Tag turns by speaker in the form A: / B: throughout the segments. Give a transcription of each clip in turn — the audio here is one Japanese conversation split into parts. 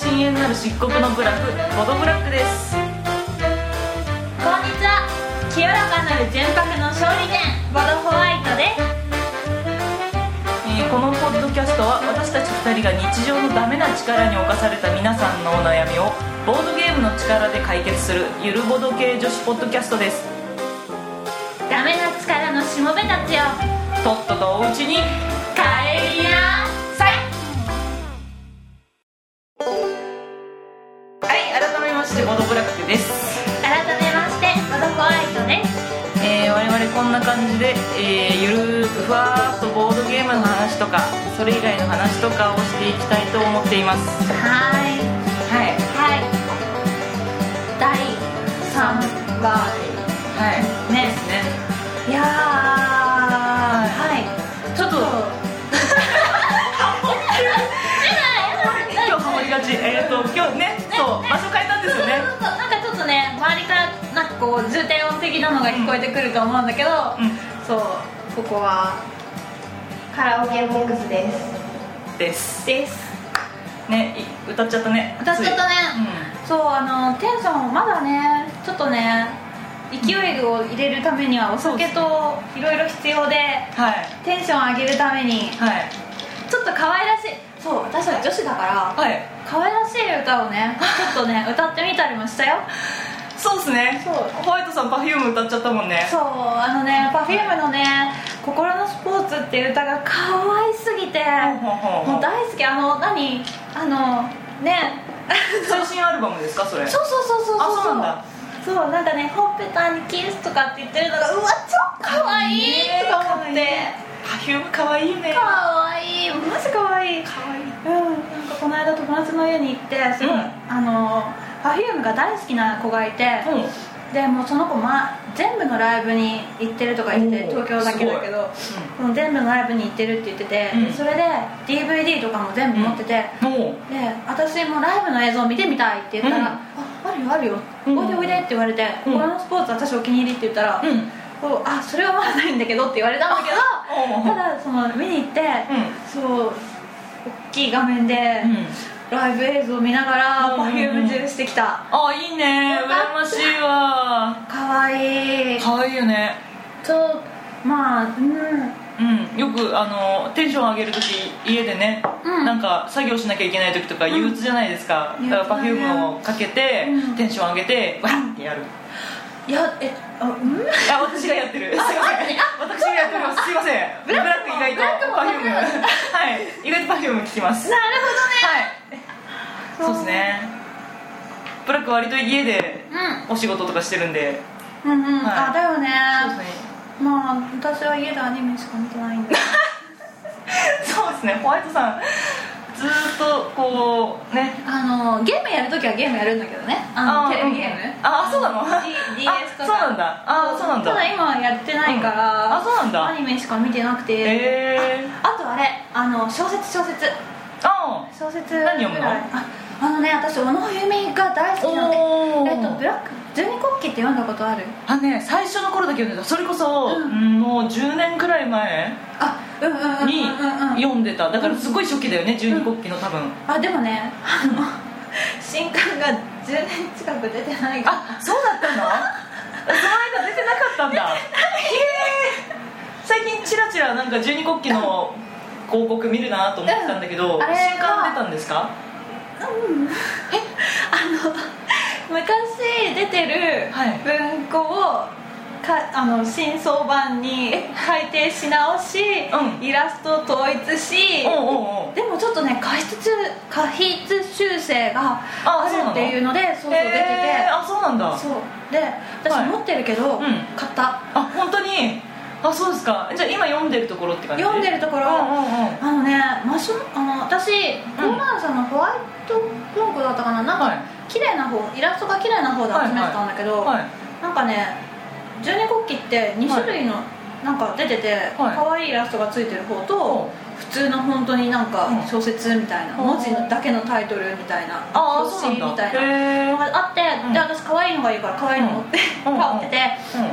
A: 限なる漆黒の部落ボドブラックです
B: こんにちは清らかなる純白の勝利点ボドホワイトです
A: えーこのポッドキャストは私たち2人が日常のダメな力に侵された皆さんのお悩みをボードゲームの力で解決するゆるボド系女子ポッドキャストです
B: ダメな力のしもべたちよ
A: とっととおうちに
B: 帰りなさい
A: はい改めましてボドブラックです、
B: 改めましてボドホワイトです
A: えー我々こんな感じで、えーゆるーくふわーっとボードゲームの話とかそれ以外の話とかをしていきたいと思っています
B: は
A: はい
B: ーいはい第3回
A: はい
B: ね
A: ですね
B: いやーはい
A: ちょっと今日ハモりがちえっ、と今日ねそう場所変えたんですよね
B: そうそうそうなんかちょっとね周りからなんかこう重点音的なのが聞こえてくると思うんだけど、
A: う
B: そうここはカラオケボックスです
A: んです
B: です
A: ねい歌っちゃったね
B: 歌っちゃったね
A: つい
B: そうあのテンションをまだねちょっとね勢いを入れるためにはお酒といろいろ必要で
A: うんはい
B: テンション上げるために
A: はい
B: ちょっと可愛らしいそう私は女子だから
A: はい
B: 可愛らしい歌をねちょっとね歌ってみたりもしたよ
A: そうっすね
B: そう
A: ホワイトさん Perfume 歌っちゃったもんね
B: そうあのね Perfume のね「心のスポーツ」っていう歌が可愛すぎて
A: ほうほうほう
B: もう大好きあの何あのね
A: 最新アルバムですかそれ
B: そうそうそうそうそう
A: あそうなんだ
B: そうなんかねほっぺたにキスとかって言ってるのがうわ超可愛い
A: ねえ
B: とか思って
A: Perfume かわいいね
B: 可愛いマジ可愛いうん
A: かわいい
B: なんかこの間友達の家に行ってその、
A: うん
B: あの Perfume が大好きな子がいて、
A: う
B: でもうその子、ま、全部のライブに行ってるとか言って
A: おー
B: 東京だけだけど
A: すごい
B: その全部のライブに行ってるって言ってて、
A: うん
B: それで DVD とかも全部持ってて、
A: んもう
B: で私もライブの映像見てみたいって言ったら「
A: うん
B: ああるよあるよ、
A: うん
B: おいでおいで」って言われて「
A: うん
B: このスポーツ私お気に入り」って言ったら「
A: うん
B: こうあそれはまだないんだけど」って言われたんだけど
A: おう
B: ただその見に行って、そう大きい画面で、
A: うん
B: ライブ映像を見ながら
A: うんうんうん
B: Perfume 中してきた
A: あいいね
B: よ
A: 羨
B: かった
A: ましいわ
B: 可愛いい
A: かわいいよね
B: とまあうん
A: うん、よくあのテンション上げる時家でね、
B: うん
A: なんか作業しなきゃいけない時とか
B: ん
A: 憂鬱じゃないですか、
B: 憂鬱
A: だから
B: だね
A: Perfume をかけて、
B: うん
A: テンション上げてわーってやる、
B: いやえあうん
A: あ私がやってるすいません私がやってますすいませんブラック意外と
B: ブラックも
A: Perfume はい意外と Perfume 聞きます
B: なる
A: はいそうですねブラック割と家で
B: ほどね
A: お仕事とかしてるんで
B: うんうんうん、
A: はい
B: あだよね
A: そうですね
B: まあ私は家でアニメしか見てないんで
A: そうですねホワイトさんずーっとこうね
B: あのゲームやるときはゲームやるんだけどねあの
A: ー
B: テレビゲー
A: うん
B: ム
A: あーそうなの
B: D- DS とか
A: あそうなんだあーそうなんだ
B: ただ今はやってないから、
A: うんあそうなんだ
B: アニメしか見てなくて、
A: えー、
B: あとあれあの小説小説
A: あ
B: 小説
A: 何読む
B: ぐ
A: の
B: らいああのね私小野文が大好きなんで
A: おー
B: えっとブラック十二国旗って読んだことある
A: あね最初の頃だけ読んでたそれこそ、
B: うん
A: うんもう10年くらい前
B: あうんうんうんうんうん
A: に
B: うん
A: 読んでただからすごい初期だよね十二国旗の多分、
B: あでもねあの新刊が10年近く出てないから
A: あそうだ ったのその間出てなかったんだへー最近チラチラなんか十二国旗の広告見るなと思ってたんだけど、
B: うんあれが
A: 新刊出たんですか
B: あの昔出てる
A: はい
B: 文庫をかあの新装版に改訂し直し、
A: うん
B: イラストを統一し、
A: おうおうおう
B: でもちょっとね過筆中過筆修正があるっていうのでそうそう出てて、
A: えーあそうなんだ
B: そうで
A: はい
B: 私持ってるけど、
A: うん
B: 買った
A: あ本当にあそうですかじゃあ今読んでるところって感じ
B: 読んで
A: る
B: るとこ
A: と
B: ろ、
A: うんうんうん
B: あのねマシュあの私コーナーさんのホワイト文庫だったかななんか、
A: はい
B: 綺麗な方イラストが綺麗な方で集めてたんだけど、
A: はい
B: なんかね十二国旗って2種類の、なんか出てて、
A: はい
B: 可愛いイラストがついてる方と、普通の本当になん
A: うん
B: か小説みたいな、
A: うん
B: 文字だけのタイトルみたいな
A: ああ
B: 表
A: そう
B: 紙
A: なん
B: み
A: だ
B: たいな
A: へえ
B: のがあって、
A: うん
B: で私可愛いのがいいから可愛いの持って、
A: うん
B: 買ってて、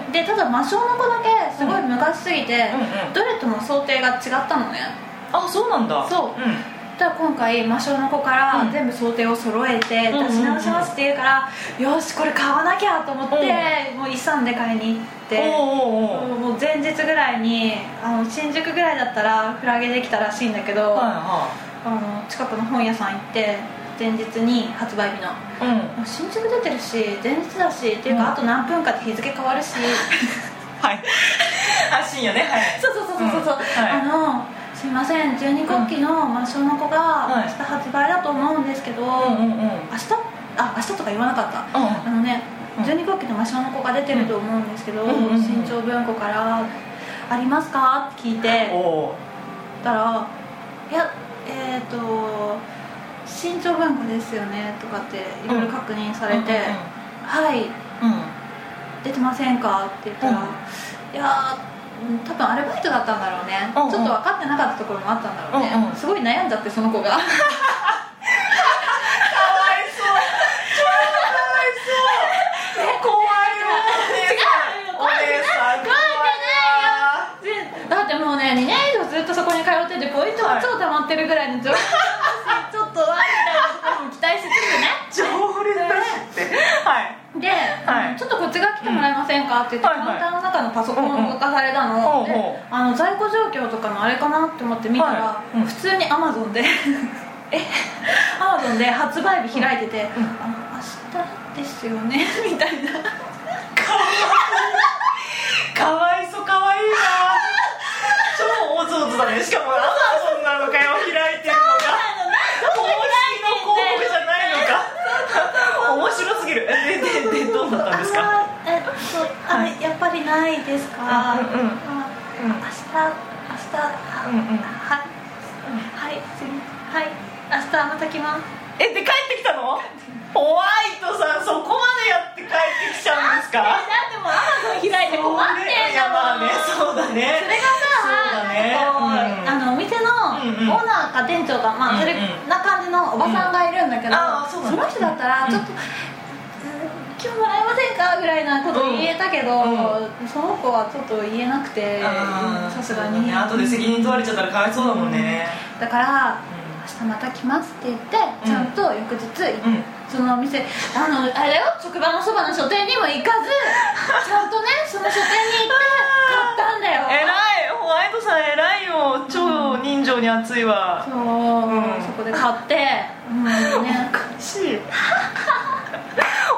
A: う
B: でただ魔性の子だけすごい昔すぎて、
A: うんうん
B: どれとも想定が違ったのね
A: あそうなんだ
B: そう
A: うん
B: たら今回魔性の子から
A: うん
B: 全部想定を揃えて
A: うんうんうん
B: 出し直しますって言うから、よしこれ買わなきゃと思って、もう一産で買いに行って
A: おうおうおう
B: もう前日ぐらいにあの新宿ぐらいだったらフラゲできたらしいんだけど、
A: は
B: あの近くの本屋さん行って前日に発売日の
A: いはいうん
B: 新宿出てるし前日だしっていう
A: うん
B: かあと何分かって日付変わ るし
A: はい あ深夜ねはい
B: そうそうそうそうそう、
A: うんはい
B: あのすいません十二国旗の魔性の子が
A: はい
B: 明日発売だと思うんですけど、
A: うんうんうんうん
B: 明日あ明日とか言わなかったあのね
A: うん
B: 十二国旗の魔性の子が出てると思うんですけど、
A: うんうんうんうん
B: 新潮文庫から「ありますか?」って聞いて
A: おう
B: たら「いやえっ、と新潮文庫ですよね」とかっていろいろ確認されて「はい
A: うんうんうん
B: 出てませんか?」って言ったら「
A: うん
B: いやーうん多分アルバイトだったんだろうね、
A: うんうん
B: ちょっと分かってなかったところもあったんだろうね、
A: うんうん
B: すごい悩んじゃってその子が
A: かわいそう超かわいそう怖いよお姉さんお姉さ
B: でだ
A: ん怖い
B: ってもうね2年以上ずっとそこに通っててポイント
A: は
B: はい超溜まってるぐらいの状況ち ょっとはみたいなところも期待しつつね
A: 常連だしってはい
B: で、
A: はい
B: ちょっとこっちが来てもらえませんかって言って、
A: うんはいはい
B: カウンターの中のパソコンを動かされたの、
A: うんうん
B: で
A: ほうほう
B: あの在庫状況とかのあれかなって思って見たら、
A: はいうん
B: 普通にアマゾンで えアマゾンで発売日開いてて、
A: うん
B: あの明日ですよね みたいな
A: かわいそうかわいいな超おずおずだねしかもアマゾンなのかよ開いてるのが公式の広告じゃないのか面白すぎるでででどうだったんですか
B: あーえっとあ、
A: はい
B: やっぱりないですか、
A: あうんうん
B: あ
A: うん
B: 明日明日は、
A: うんうん
B: はい、はいすみはい明日また来ます
A: えで帰ってきたのホワイトさんそこまでやって帰ってきちゃうんです
B: だ
A: か
B: ってもうアマゾン開いて困ってん
A: いや
B: だ
A: まあ
B: もん、
A: ねそうだね
B: それが
A: そうだ
B: さ、
A: ね
B: なんかこうあのお店
A: うんうん
B: のオーナーか店長か、ま
A: うんう
B: あ、
A: ん
B: それな感じのおばさんがいるんだけ
A: うん
B: ど、
A: あーそうなんだ
B: の人だったら
A: うん
B: ちょっと、うん今日もらえませんかぐらいなこと言えたけど、
A: う
B: その子はちょっと言えなくて
A: あー
B: さすが
A: そうだ
B: に、
A: ね後で責任問われちゃったらかわいそうだもんね
B: だから明日また来ますって言ってちゃんと翌日、
A: うん
B: そのお店あのあれだよ職場のそばの書店にも行か ずちゃんとねその書店に行って買ったんだよ
A: 偉いホワイトさん偉いよ超人情に熱いわ
B: そう、
A: うん
B: そこで買ってうんね
A: おかしい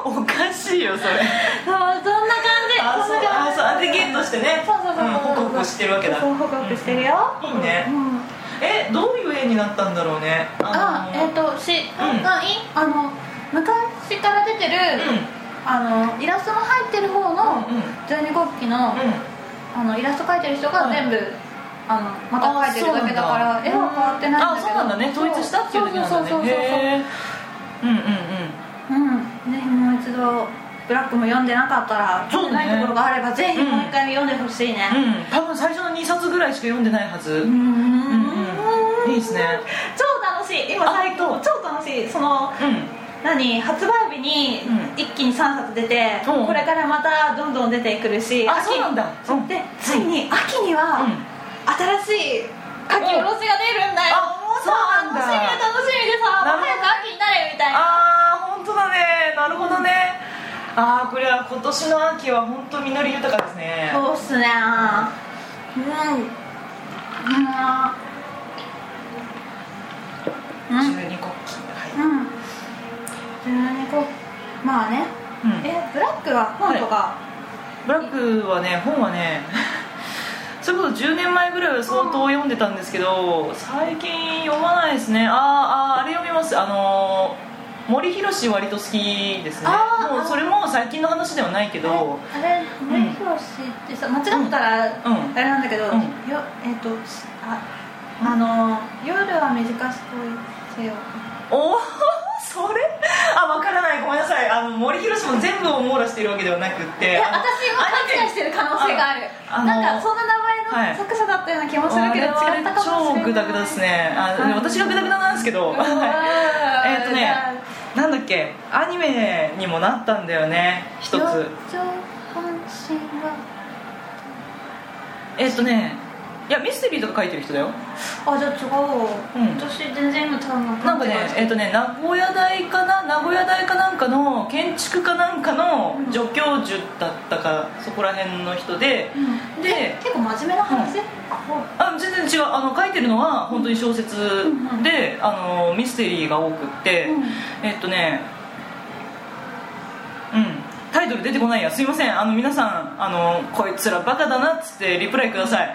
A: おかしいよそれ
B: そうそんな感じ
A: あ
B: そ
A: そ
B: ん
A: う
B: な
A: あ
B: 感じ
A: そうあでゲットしてね
B: そうそうそう
A: うんホクホクしてるわけだ
B: そうホクホクしてるよ
A: うんいいね
B: うん
A: えどういう絵になったんだろうね
B: あ
A: の
B: えっとし
A: うん
B: あいいあの昔から出てるあのイラストの入ってる方の
A: うんうん
B: 十二国旗の
A: うんうん
B: あのイラスト描いてる人が全部、あのまた描いてるだけだから
A: あ
B: 絵は変わってないんだけど
A: あそうなんだね統一したっていうだけなんだ
B: そうそうそう
A: ね
B: そうそう
A: へーうんうんう
B: う
A: ん
B: んぜひもう一度ブラックも読んでなかったら
A: そう
B: 読
A: ね
B: んでないところがあればぜひもう一回読んでほしいね
A: うん多分最初の2冊ぐらいしか読んでないはず、
B: うん
A: うんうんいいですね
B: 超楽しい今最
A: あ
B: 高超楽しいその
A: う
B: 何発売日に
A: うん
B: 一気に3冊出て、
A: うん
B: これからまたどんどん出てくるし
A: あ
B: 秋
A: そうなんだうん
B: でついに秋には
A: うん
B: 新しい書き下ろしが出るんだよ
A: あ
B: も
A: そうなんだ
B: 楽しみで楽しみでさ
A: なるほど
B: もう早く秋になれみたいな
A: ああ本当だねなるほどね、ああこれは今年の秋は本当実り豊かですね
B: そうっすねうんう
A: 十
B: ん
A: 二国旗はい、
B: うん12個まあね
A: うん
B: えブラックは本とか
A: ブラックはね本はね それこそ10年前ぐらいは相当読んでたんですけど最近読まないですねあーあーあれ読みますあのー森博割と好きですね
B: あー
A: もうそれも最近の話ではないけど
B: あれ森博士ってさ間違ったら
A: うん
B: あれなんだけど、
A: うん
B: よえっ、とああの夜は短し恋せよ
A: おおそれあわからないごめんなさいあの森博も全部を網羅しているわけではなくって
B: いや
A: あの
B: 私も勘違いしてる可能性がある
A: ああの
B: なんかそんな名
A: は
B: 前
A: い
B: の作者だったような気もする
A: あ
B: けど
A: れはあ
B: 違
A: れ
B: ったかもしれない
A: 超グダグダですねあ
B: はい
A: 私がグダグダなんですけど
B: うん
A: はい えっと
B: じ
A: ね
B: ゃあ
A: なんだっけアニメにもなったんだよね一
B: 上
A: つ
B: 上半身が
A: えっとねいやミステリーとか書いてる人だよ
B: あじゃあ違うわ、
A: うん
B: 私全然今単語
A: なんかねえっとね名古屋大かな名古屋大かなんかの建築かなんかの
B: うん
A: 助教授だったかそこら辺の人で
B: うん、
A: で
B: 結構真面目な話、
A: あ全然違うあの書いてるのは本当に小説
B: んうん
A: で、あのミステリーが多くって、
B: うん
A: えっとねうんタイトル出てこないやすいませんあの皆さんあのこいつらバカだなっつってリプライくだ さい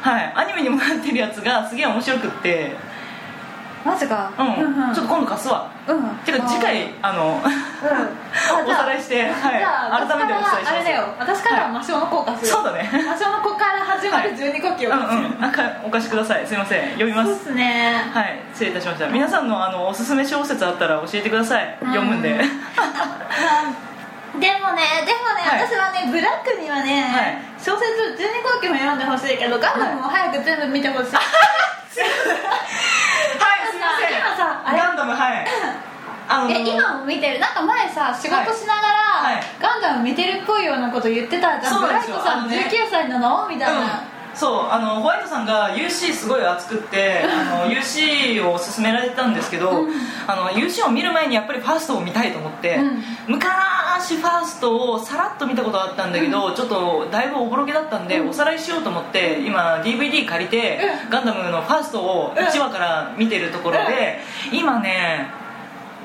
A: はいアニメにもなってるやつがすげえ面白くって
B: マジか
A: うん、ち
B: ち
A: ょ
B: ょ
A: っ
B: っ
A: と今度貸すわ
B: とうん
A: てか次回あの
B: うん
A: おさらいして、はい、
B: じゃあ
A: 改めてお伝えします
B: 私からあれだよ私からは魔性の効果する、
A: そうだね
B: 魔性の効果から始まる12呼吸
A: う
B: を
A: んうんなんかお貸しくださいすいません読みます
B: そうっすね
A: はい、失礼いたしました。皆さんのあのおすすめ小説あったら教えてください。読むんで。
B: うんでもねでもね、
A: はい
B: 私はねブラックにはね、
A: はい
B: 小説12呼吸も読んでほしいけどガンダムも早く全部見てほしい、
A: はい、すいません。
B: 今さあれ
A: ガンダムはい。あ
B: え今も見てるなんか前さ仕事しなが
A: は
B: ら、
A: いはい
B: ガンダム見てるっぽいようなこと言ってたじゃん
A: そう
B: ブ
A: な
B: ラ
A: ん
B: イ
A: です
B: ト
A: よあ
B: さ
A: の
B: ん
A: ね
B: 19歳なのみたいな、
A: うん、そうあのホワイトさんが UC すごい熱く ってあの UC を勧められてたんですけど、あの UC を見る前にやっぱりファーストを見たいと思って、
B: う
A: 昔ファーストをさらっと見たことあったんだけど、ちょっとだいぶおぼろげだったんで、
B: うん
A: おさらいしようと思って今 DVD 借りて、
B: う
A: ガンダムのファーストを1話から見てるところで、今ね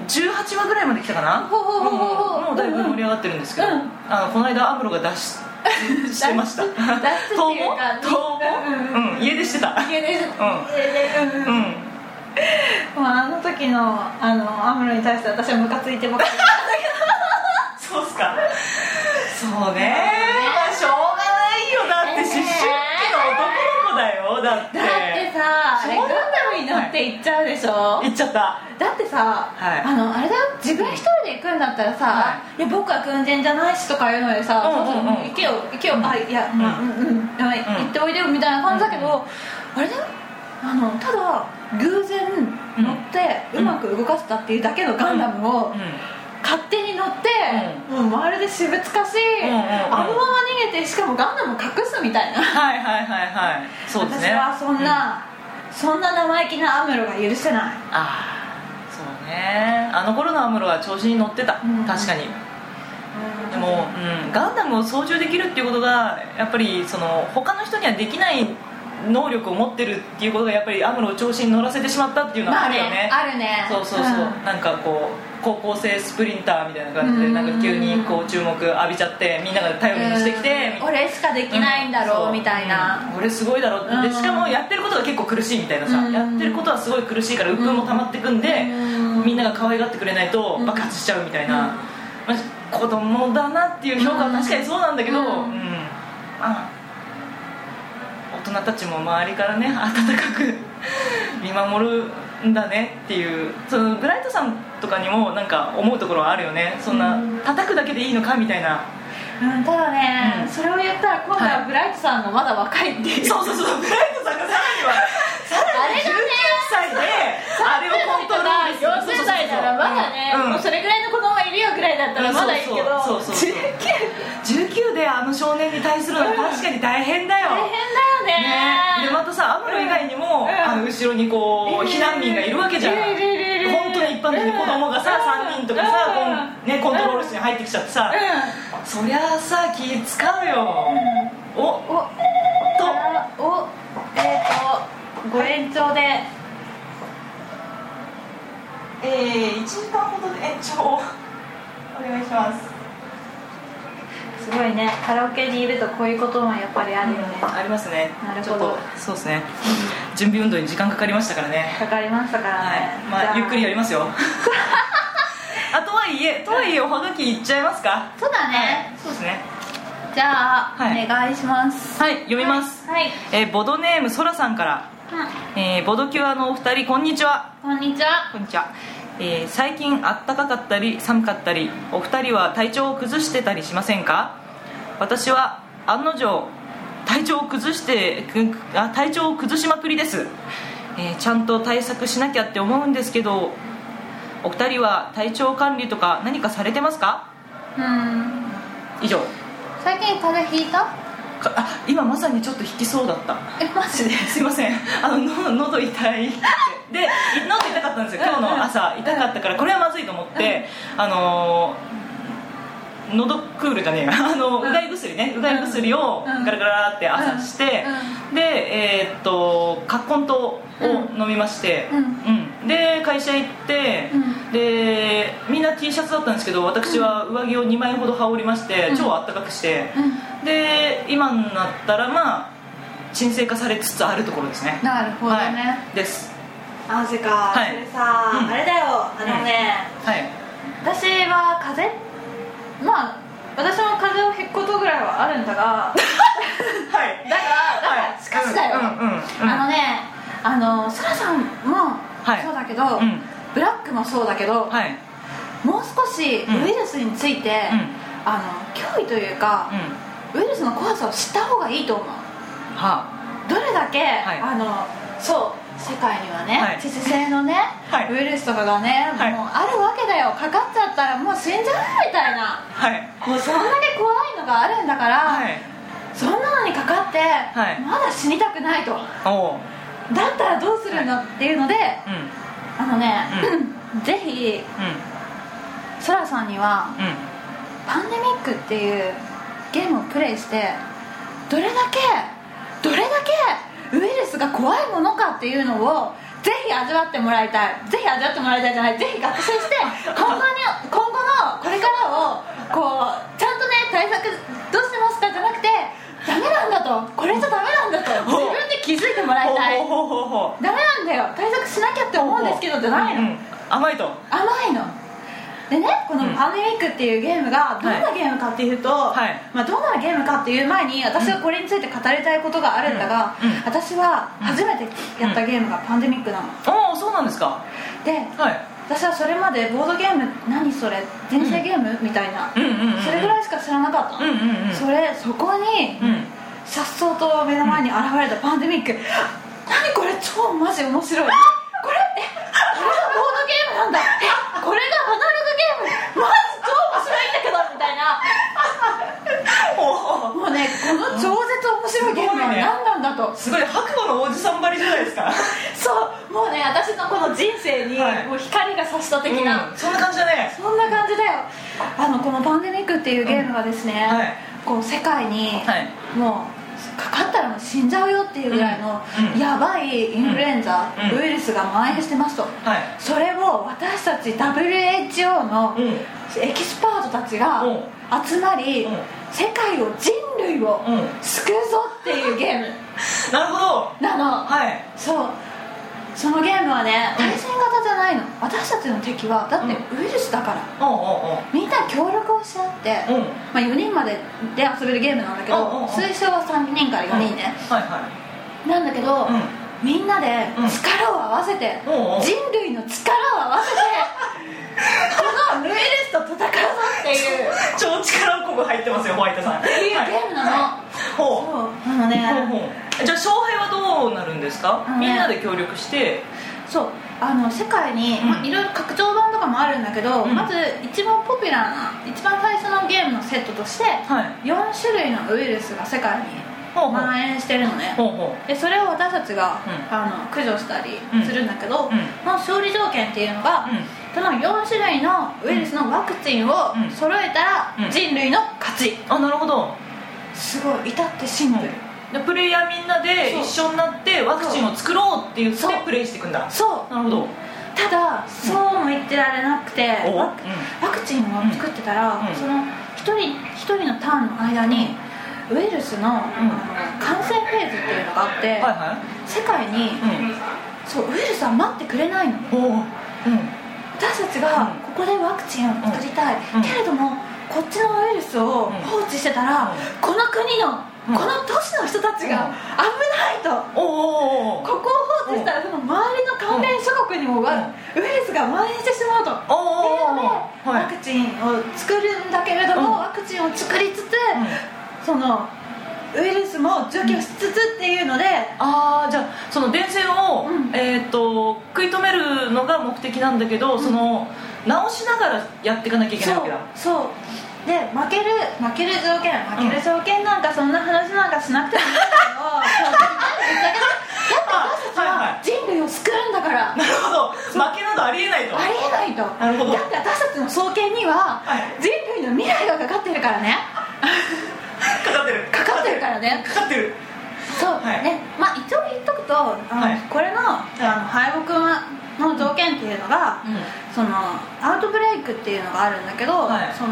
A: 18話ぐらいまで来たかな
B: ほうほうほうほうほう
A: もうもうだいぶ盛り上がってるんですけど、
B: うん
A: あのこの間アムロが脱出 してました
B: 脱出って
A: 逃
B: いう
A: 亡
B: か
A: 逃亡
B: うん
A: うん家出してた
B: 家出して
A: うん
B: 家出
A: う
B: うん
A: ん
B: まああの時のあのアムロに対して私はムカついて ばっかり
A: そうっすかそうねまあしょうがないよだって思春期の男の子だよだって
B: だってさあれ
A: そ
B: ガ
A: う
B: ンダムに乗って行っちゃうでしょ、
A: 行っちゃった
B: だってさ、
A: はい
B: あのあれだよ自分一人で行くんだったらさ、、
A: はい
B: や僕は軍人じゃないしとか言うのでさ、
A: うんうんうん
B: そうそう行けよ行けよ、
A: うん
B: あいや、
A: うん
B: うんうんうんあ行っておいでよみたいな感じだけど、あれだよあのただ偶然乗って
A: うん
B: うまく動かせたっていうだけのガンダムを
A: うん
B: 勝手に乗って、もうまるで私物化し、
A: うんうんうん
B: あのまま逃げてしかもガンダム隠すみたいな
A: はいはいはいはいそうです
B: 私
A: ね
B: はそん
A: う
B: な、そんな生意気なアムロが許せない
A: ああそうねあの頃のアムロは調子に乗ってた、
B: うん
A: 確かにでも、うん、ガンダムを操縦できるっていうことがやっぱりその他の人にはできない能力を持ってるっていうことがやっぱりアムロを調子に乗らせてしまったっていうのは
B: ま
A: あ
B: あ
A: るよ
B: ね
A: ね,、
B: あるね
A: そうそうそう、
B: ん
A: なんかこう高校生スプリンターみたいな感じで
B: うん
A: なんか急にこう注目浴びちゃってみんなが頼りにしてきて、みたい
B: う
A: な
B: ん俺しかできないんだろうみたいな、
A: うん俺すごいだろう
B: う
A: で
B: ん
A: しかもやってることが結構苦しいみたいなさ、
B: うん
A: やってることはすごい苦しいから鬱憤も溜まってくんで、
B: うん
A: みんなが可愛がってくれないと
B: うん
A: 爆発しちゃうみたいな、まあ子供だなっていう評価は確かにそうなんだけど、う
B: うんん
A: まあ大人たちも周りからね温かく見守るんだねっていうそのブライトさんとかにもなんか思うところはあるよねそんな
B: うん
A: 叩くだけでいいのかみたいな。
B: うんただね、
A: うん
B: それを言ったら今度
A: はい
B: はブライトさんがまだ若いっていう、
A: そうそうそう、ブライトさんがさらには、さらに19歳で、あれをコントロールする。
B: 40代ならまだね、
A: うん
B: もうそれぐらいの子供がいるよぐらいだったらまだいいけど、
A: そうそうそうそう19であの少年に対するのは確かに大変だよ。
B: 大変だよね
A: ねでまたさアムロ以外に
B: うん
A: も、あの後ろにこう避難民がいるわけじゃん、
B: いるいるいる
A: 本当に一般的に子供がさ、
B: うん
A: 3人とかさ、
B: うん
A: こんね、コントロール室に入ってきちゃってさ、そりゃあさ気使うよ、おっ
B: うんお
A: と
B: おえっ、とご延長で、
A: えー、1時間ほどで延長をお願いします
B: すごいねカラオケにいるとこういうこともやっぱりあるよね、
A: ありますね
B: なる
A: ちょ
B: ほ
A: っ
B: ど
A: とそうですね準備運動に時間かかりましたからね
B: かかりましたから
A: はい
B: ね、
A: まあゆっくりや
B: り
A: ります よあとはいえとはいえおはがきいっちゃいますか
B: そうだ
A: はい
B: ね、
A: そうですね
B: じゃあ、
A: はい
B: お願いします
A: はい読みます、
B: はい、はい
A: えーボドネームそらさんから、えーボドキュアのお二人こんにちは
B: うんこんにちは
A: こんにちは、えー最近あったかかったり寒かったりお二人は体調を崩してたりしませんか私は案の定体調を崩してくあ体調を崩しまくりです、えーちゃんと対策しなきゃって思うんですけどお二人は体調管理とか何かされてますか
B: うん
A: 以上
B: 最近風邪ひいた
A: かあ今まさにちょっと引きそうだった
B: えマジです
A: いませんあのの喉痛いってでい喉痛かったんですよ今日の朝痛かったからこれはまずいと思ってあのー喉クールじゃねえやあ の
B: うん
A: うがい薬ねうがい薬を
B: うん
A: ガラガラって朝してでえーっと葛根湯を飲みまして
B: うん
A: うんで会社行って
B: うん
A: でみんな T シャツだったんですけど私は上着を2枚ほど羽織りまして
B: うん
A: 超あったかくして
B: うん
A: で今になったらまあ沈静化されつつあるところですね
B: なるほどね
A: はい、です
B: マジか、
A: はい
B: それさ、
A: うん
B: あれだよあのね、
A: はい
B: 私は風邪まあ私も風邪をひくことぐらいはあるんだが
A: はい
B: だからだからしかしだよ、
A: うんうん うん
B: あのねあのそらさんも
A: い
B: そうだけど、
A: うん
B: ブラックもそうだけど、
A: はい
B: もう少し
A: うん
B: ウイルスについて、あの脅威というか、
A: うん
B: ウイルスの怖さを知った方がいいと思う
A: は
B: どれだけ、
A: い
B: あのそう世界にはね、
A: はい
B: 致死性のね、
A: はい
B: ウイルスとかがね、
A: はい
B: もうあるわけだよかかっちゃったらもう死んじゃうみたいな
A: はい
B: もうそんだけ怖いのがあるんだから、
A: はい
B: そんなのにかかって、
A: い
B: まだ死にたくないと
A: おう
B: だったらどうするのっていうので
A: うんうん
B: あのね、 ぜひそらさんには
A: うん
B: パンデミックっていうゲームをプレイしてどれだけどれだけウイルスが怖いものかっていうのをぜひ味わってもらいたいぜひ味わってもらいたいじゃないぜひ学習して今後に今後のこれからをこうちゃんとね対策どうしてますかじゃなくてダメなんだとこれじゃダメなんだと自分で気づいてもらいたい
A: ほうほうほうほう
B: ダメなんだよ対策しなきゃって思うんですけどじゃないの
A: うんうん甘いと
B: 甘いのでねこの
A: う
B: 「
A: ん
B: パンデミック」っていうゲームがどんなゲームかっていうと、
A: はい
B: まあ、どんなゲームかっていう前に私はこれについて語りたいことがあるんだが、
A: うんうん
B: 私は初めてやったゲームが「パンデミック」なの
A: おおそうなんですか
B: で
A: はい
B: 私はそれまでボードゲーム何それ人生ゲーム、みたいな、
A: うんうんうん
B: それぐらいしか知らなかったの、
A: うんうんうん
B: それそこに
A: うん
B: さっそうと目の前に現れたパンデミック、何これ超マジ面白いこれえこれがボードゲームなんだえこれがアナログゲームマジ超面白いんだけどみたいな
A: おお
B: もうねこの超絶面白いゲームは何なんだと、
A: すごい白馬の王子さんばりじゃないですか
B: そうもうね私のこの人生に
A: はい
B: もう光が差 した的な、
A: うんそんな感じだね
B: そんな感じだよあのこの「パンデミック」っていうゲームがですね、
A: はい
B: こう世界に、
A: はい
B: もうかかったらもう死んじゃうよっていうぐらいの
A: うんうん
B: やばいインフルエンザ、
A: うん
B: ウイルスが蔓延してますと、
A: はい
B: それを私たち WHO の
A: うん
B: エキスパートたちが
A: うん
B: 集まり、
A: うん
B: 世界を人類を
A: うん
B: 救うぞっていうゲーム
A: なるほど
B: なの、
A: はい
B: そうそのゲームはね
A: うん
B: 対戦型じゃないの、私たちの敵はだってウイルスだから、
A: おうおう
B: みんな協力をし合って、
A: おううん
B: まあ、4人までで遊べるゲームなんだけど
A: うんうんうん
B: 推奨は3人から4人ね、
A: はいはい
B: なんだけど、
A: うん
B: みんなで力を合わせて、
A: うんうん
B: 人類の力を合わ せて、このウイルスと戦うぞっていうっ
A: 超力こぶ入ってますよホワイトさん
B: ていうゲームなの、
A: ほう
B: そうなのね、
A: ほうほうじゃあ勝敗はどうなるんですか、
B: うん
A: みんなで協力して
B: そうあの世界に、
A: うん
B: まあ、いろいろ拡張版とかもあるんだけど、
A: うん
B: まず一番ポピュラーな一番最初のゲームのセットとして、
A: はい
B: 4種類のウイルスが世界に
A: ほうほう
B: 蔓延してるのね、
A: ほうほ
B: でそれを私たちが、
A: うん
B: あの駆除したり
A: うん
B: するんだけど、
A: ん
B: もう勝利条件っていうのが、
A: うん
B: その4種類のウイルスのワクチンを
A: うん
B: 揃えたら
A: うん
B: 人類の勝ち、
A: あなるほど、
B: すごい至ってシンプル、
A: でプレイヤーみんなで
B: そう
A: 一緒になってワクチンを作ろうって言って
B: そう
A: プレイしていくんだ
B: そう
A: なるほどお
B: ただそうも言ってられなくて、
A: おう
B: ワクワクチンを作ってたら、
A: うん
B: その1人一人のターンの間にウイルスの、あの感染フェーズっていうのがあって、
A: はいは
B: 世界に、
A: いうん
B: そうウイルスは待ってくれないの
A: おううん
B: 私たちが
A: うん
B: ここでワクチンを作りたい、
A: うん
B: けれどもこっちのウイルスを放置してたら、
A: うん
B: この国の、
A: うん
B: この都市の人たち
A: う
B: が
A: ん
B: 危ないと、
A: おうおうおう
B: ここを放置したらその周りの関連諸国にもわウイルスが蔓延してしまうと。
A: おう
B: っていう
A: お
B: の
A: うおう
B: で
A: は
B: ワ
A: い
B: クチンを作るんだけれども、
A: うん
B: ワクチンを作りつつ、
A: うん
B: そのウイルスも除去しつつっていうので、
A: ああじゃあその伝染を、
B: うん
A: えー、と食い止めるのが目的なんだけど、その直しながらやっていかなきゃいけない
B: そう
A: わけだ
B: そうで負ける負ける条件負ける条件なんかそんな話なんかしなくてもいいんだよそう
A: はいは
B: だって私たちは人類を救うんだ から
A: いなるほど負けなどありえないと
B: ありえないと
A: なるほど
B: だって私たちの双剣には
A: はい
B: 人類の未来がかかってるからね
A: かかってる
B: かかってるからね
A: かかってる
B: そう、
A: はい
B: でまあ一応言っとくとあの、
A: はい
B: これのあ
A: い
B: の敗北の条件っていうのが、
A: うん
B: そのアウトブレイクっていうのがあるんだけど、
A: はい
B: その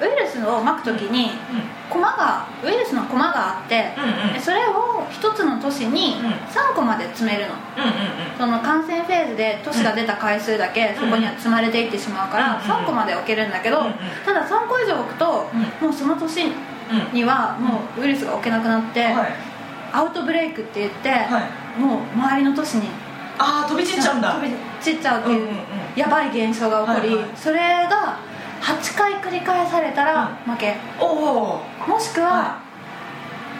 B: ウイルスをまく時に、駒がウイルスの駒があって、
A: うんうん
B: でそれを一つの都市に
A: うん
B: 3個まで詰めるの、
A: うんうん
B: その感染フェーズで都市が出た回数だけ
A: う
B: そ
A: ん
B: こには積まれていってしまうから
A: うん
B: 3個まで置けるんだけど
A: うんうん
B: ただ3個以上置くともうその年
A: うんうん
B: にはもうウイルスが置けなくなって
A: はい
B: アウトブレイクって言って
A: は
B: もう周りの都市に
A: ああ飛び散っちゃうんだ
B: 飛び散っちゃうって
A: うん
B: い
A: うんうん
B: うやばい現象が起こり
A: はいはい
B: それが8回繰り返されたら負け
A: おお
B: もしく
A: は
B: は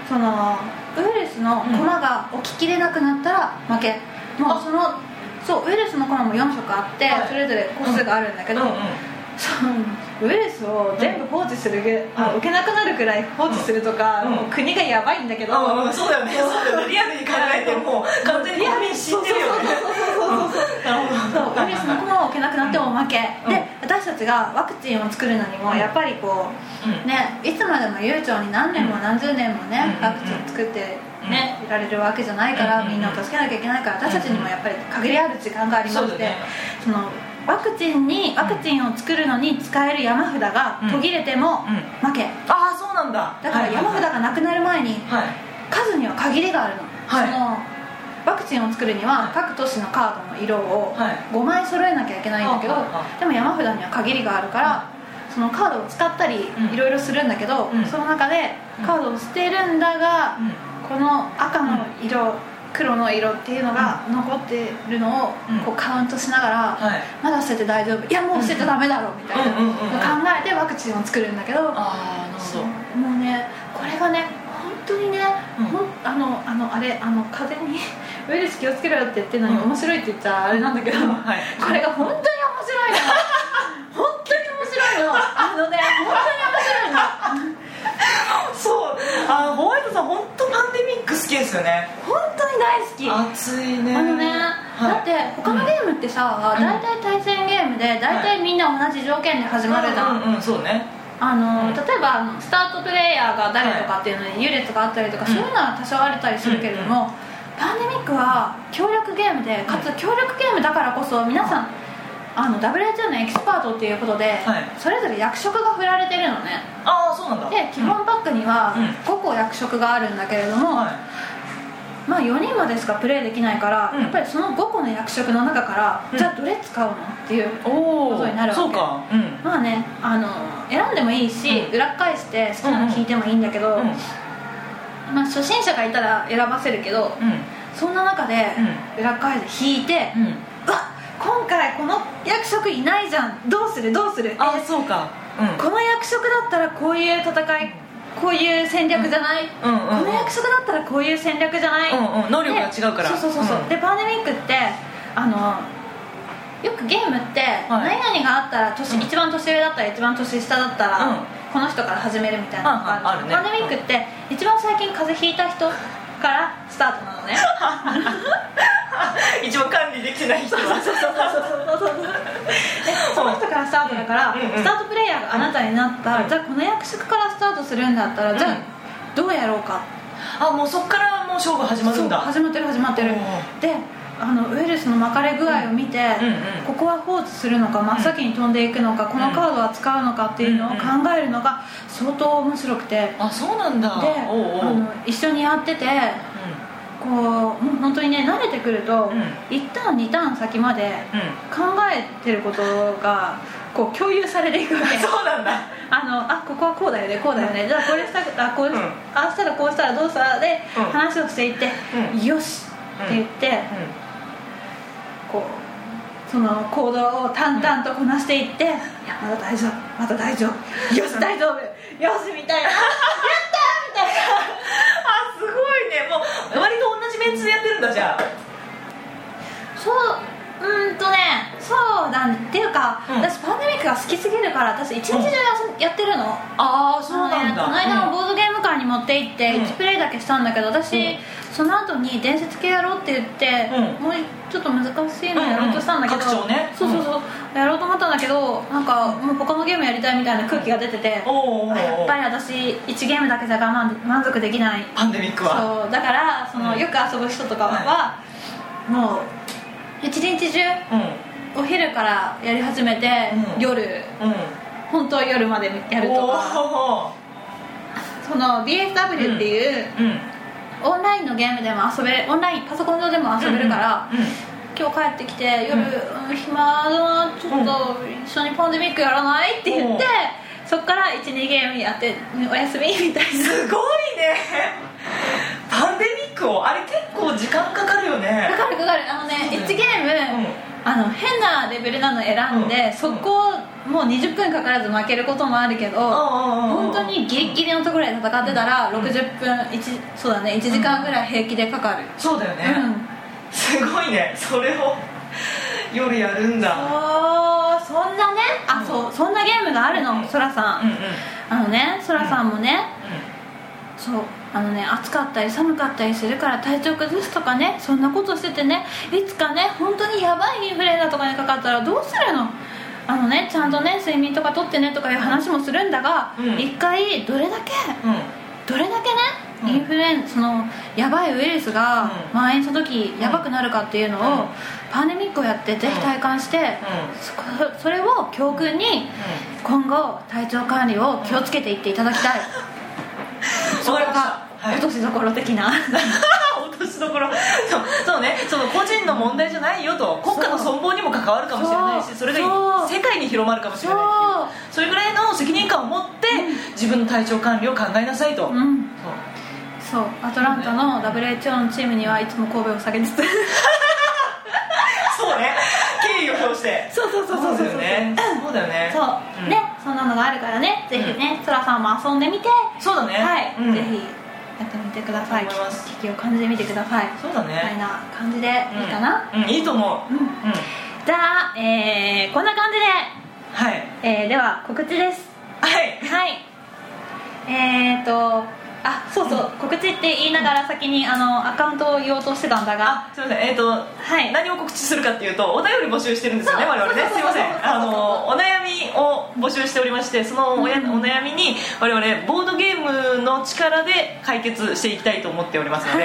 B: そのウイルスの駒が置ききれなくなったら負け、も
A: あ
B: うそのそうウイルスの駒も4色あって、
A: はい
B: それぞれ個数があるんだけど、
A: うんうん
B: そのウイルスを全部放置するぐ、あ受けなくなるくらい放置するとか、
A: うん
B: もう国がやばいんだけど、
A: うんうんそうだよねそうだよねリアルに考えてもう完全に国民死んでるよねうんなるほど
B: そうウイルスの駒を置けなくなっても負け、
A: うん
B: で私たちがワクチンを作るのにもやっぱりこう、
A: うん
B: ねいつまでも悠長に何年も何十年もね、
A: うん
B: ワクチン作ってね、いられるわけじゃないか
A: う
B: ら、
A: ん
B: みんなを助けなきゃいけないから私たちにもやっぱり限りある時間がありま
A: そ
B: し
A: う
B: て、
A: だね
B: そのワクチンにワクチンを作るのに使える山札が
A: うん
B: 途切れても
A: う
B: 負け、
A: ああそうなんだ
B: だから山札がなくなる前に
A: はい
B: 数には限りがあるの,、
A: はい
B: そのワクチンを作るには各都市のカードの色を
A: はい
B: 5枚揃えなきゃいけないんだけど、
A: あああ
B: でも山札には限りがあるから、そのカードを使ったり
A: うん
B: いろいろするんだけど、
A: うん
B: その中でカードを捨てるんだが、
A: うん
B: この赤の色、黒の色っていうのが残ってるのを
A: うん
B: こうカウントしながら、
A: はい
B: まだ捨てて大丈夫いやもう捨てちゃダメだろみたいな
A: うんうんうんうん
B: 考えてワクチンを作るんだけど
A: ああなるほど
B: もうねこれがね本当にね、
A: うん
B: ほんあのあのあれあの風邪に ウイルス気をつけろよって言ってるのに
A: うん
B: 面白いって言ったらあれなんだけど、
A: はい
B: これが本当に面白い の本当に面白いのあのね本当に面白いの
A: そうあーホワイトさん本当パンデミック好きですよね
B: 本当に大好き
A: 熱いね
B: あのね、
A: はい
B: だって他のゲームってさ、
A: うん
B: 大体対戦ゲームで大体みんな同じ条件で始まるじゃん、
A: うんうんうんそうね
B: あ
A: う
B: の
A: ん
B: 例えばあのスタートプレイヤーが誰とかっていうのに優劣があったりとか、
A: うん
B: そういうのは多少あったりするけれども、パンデミックは協力ゲームでかつ協力ゲームだからこそ皆さんあの WHO のエキスパートっていうことで、
A: はい
B: それぞれ役職が振られてるのね
A: ああそうなんだ
B: で基本パックには
A: うん
B: 5個役職があるんだけれども、
A: はい
B: まあ4人までしかプレイできないから、
A: うん
B: やっぱりその5個の役職の中から、
A: うん
B: じゃあどれ使うのっていう
A: お
B: ことになるわけ
A: おそうかうん
B: まあねあの選んでもいいし、
A: うん
B: 裏返して好きなの聞いてもいいんだけど、
A: うん
B: まあ、初心者がいたら選ばせるけど、
A: うん
B: そんな中で裏返して引いて、う
A: うん
B: わ今回この役職いないじゃんどうするどうする
A: あ
B: え
A: ーそうかうん
B: この役職だったらこういう戦いこういう戦略じゃない、
A: うんうんうん
B: この役職だったらこういう戦略じゃない、
A: うんうん能力が違うから
B: でそうそうそうそう、
A: ん
B: でパンデミックってあのよくゲームって、
A: い
B: 何々があったら年、
A: うん
B: 一番年上だったら一番年下だったら、
A: うん
B: この人から始めるみたいなのがある,、
A: うんうんあるね
B: パンデミックって、一番最近風邪ひいた人からスタートなのね
A: 一応管理できてない人は
B: そうそうそうそうそうそうでその人からスタートだから、
A: うんうんうん
B: スタートプレイヤーがあなたになった、
A: うん
B: じゃあこの役職からスタートするんだったら、じゃ
A: うん
B: あどうやろうか
A: あもうそっからもう勝負始まるんだ
B: そう始まってる始まってる
A: お
B: であのウイルスの巻かれ具合を見て、
A: うんうん
B: ここは放置するのか真っ先に飛んでいくのか、このカードは使うのかっていうのを考えるのが相当面白くて、で
A: あそうなんだ
B: あ
A: おうおううん
B: の一緒にやっててこうもう本当にね慣れてくると、
A: うん
B: 1ターン2ターン先まで
A: う
B: 考えてることがこう共有されていくわけ
A: んそうなんだ
B: あのあここはこうだよねこうだよね、じゃあこれしたあこう、
A: うん
B: ああしたらこうしたらどうしたらで、
A: うん
B: 話をしていって、
A: うん
B: よしって言って、
A: う
B: こうその行動を淡々とこなしていって、いやまだ大丈夫まだ大丈夫よし大丈夫よしみたい なやったーみたいな
A: あすごいねもう割と同じメンツでやってるんだじゃあ
B: そううーんとねそうなんっていうか、
A: うん
B: 私パンデミックが好きすぎるから私一日中やすやってるの、
A: ああそう
B: あの
A: な
B: ね
A: んだ
B: この間もボードゲーム館に持って行って
A: うん
B: 1プレイだけしたんだけど私、
A: うん
B: その後に伝説系やろうって言って、
A: うん
B: もうちょっと難しいのやろうとしたんだけど、
A: うんうん拡張ね
B: そうそうそう、やろうと思ったんだけどなんかもう他のゲームやりたいみたいな空気が出てて、
A: おおお
B: やっ
A: お
B: ぱり私1ゲームだけじゃ我慢で満足できない
A: パンデミックは
B: そうだからその、
A: うん
B: よく遊ぶ人とかは、もう一日中
A: うん
B: お昼からやり始めて、
A: うん
B: 夜
A: うん
B: 本当は夜までやるとか
A: おー
B: その BFW っていう、
A: うん
B: オンラインのゲームでも遊べるオンラインパソコン上でも遊べるから、
A: うんうん
B: 今日帰ってきて夜、うん暇だなちょっと一緒にパンデミックやらないって言って、そっから12ゲームやっておやすみみたいな
A: すごいねパンデミックをあれ結構時間かかるよ
B: か
A: ね
B: かるかかるあのね
A: そうだよ
B: 1ゲーム、
A: うん
B: あの変なレベルなの選んで、
A: うん
B: そこをもう20分かからず負けることもあるけど、
A: 本
B: 本当にギリギリのところで戦ってたら
A: うん
B: 60分1そうだね1時間ぐらい平気でかかる
A: そうだよ
B: うん、
A: ね、すごいねそれを夜やるんだ
B: おーそんなねあ、
A: うん
B: そうそんなゲームがある
A: うん
B: のそらさ、
A: うんんうん
B: あのねそらさんもね、
A: う
B: そうあのね暑かったり寒かったりするから体調崩すとかねそんなことしててねいつかね本当にやばいインフルエンザとかにかかったらどうするのあのねちゃんとね睡眠とかとってねとかいう話もするんだが、
A: うん
B: 一回どれだけ
A: んうん
B: どれだけね、
A: うん
B: インフルエンそのやばいウイルスが
A: うん
B: 蔓延した時やばくなるかっていうのを、
A: うん
B: パンデミックをやってぜひ体感して、そこそれを教訓に今後体調管理を気をつけていっていただきたい、そこ
A: わかりました
B: が
A: はい
B: 落としどころ的な、
A: うん 落としどころそうそうねその個人の問題じゃないよと国家の存亡にも関わるかもしれない
B: そう
A: しそれが
B: そう
A: 世界に広まるかもしれないっていうそれぐらいの責任感を持って自分の体調管理を考えなさい
B: う
A: と、そうん
B: そうアトランタの WHO のチームにはいつも神戸を下げつつ
A: そうね敬意を表して
B: そうそうそうそうそう
A: だよねそうだよね
B: そう、
A: うん
B: ねそんなのがあるからねぜひねそら、さんも遊んでみて
A: そうだね
B: はい、
A: うん
B: ぜひやってみてください
A: 思います
B: 危機を感じてみてください
A: そうだね
B: みたいな感じでいいかな、
A: うん、うんいいと思う
B: うん
A: うん
B: じゃあ、えーこんな感じ
A: はい
B: で、えーでは告知です
A: はい
B: はいえーとあそうそう、告知って言いながら先にあのアカウントを言おうとしてたんだが
A: あすいませんえっ、と、
B: はい
A: 何を告知するかっていうとお便り募集してるんですよね
B: そう
A: 我々ね
B: そう
A: す
B: そう
A: い
B: そう
A: ま
B: そう
A: せんあのお悩みを募集しておりましてそのおや、
B: うん
A: お悩みに我々ボードゲームの力で解決していきたいと思っておりますので、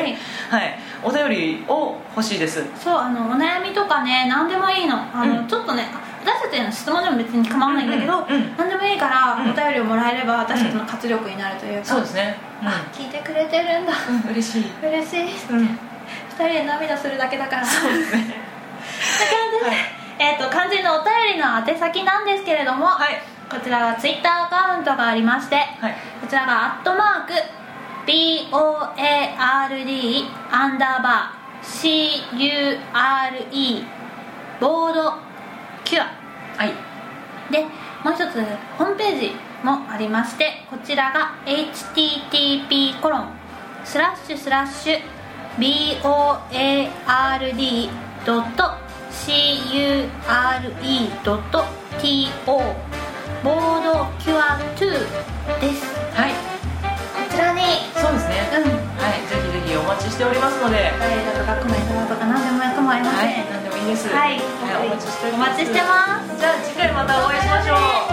B: は
A: はいいお便りを欲しいです
B: そうあのお悩みとかね何でもいいのあの、
A: うん
B: ちょっとね私たちへの質問でも別に構わないんだけど、
A: うんうんうん
B: 何でもいいから
A: うん
B: お便りをもらえれば私たちの活力になるというか、
A: すね
B: あ聞いてくれてるんだ
A: うん、うん、嬉しい
B: 嬉しい2
A: うん
B: 人で涙するだけだから
A: そうですね
B: だからね、えー、と肝心のお便りの宛先なんですけれども、
A: はい
B: こちらがツイッターアカウントがありまして、
A: はい
B: こちらがアットマーク BOARD アンダーバー CURE ボードキュア
A: はい
B: でもう一つホームページもありましてこちらが http コロンスラッシュスラッシュ board.cure.to ボードキュア2です
A: はい
B: こちらに
A: そうですね
B: うん
A: はいぜひぜひお待ちしておりますので
B: ダイエットとかコメントだとか何でもやかもありません
A: 何でもいいです
B: はい、
A: お待ちしております
B: お待ちしてます
A: じゃあ次回またお会いしましょう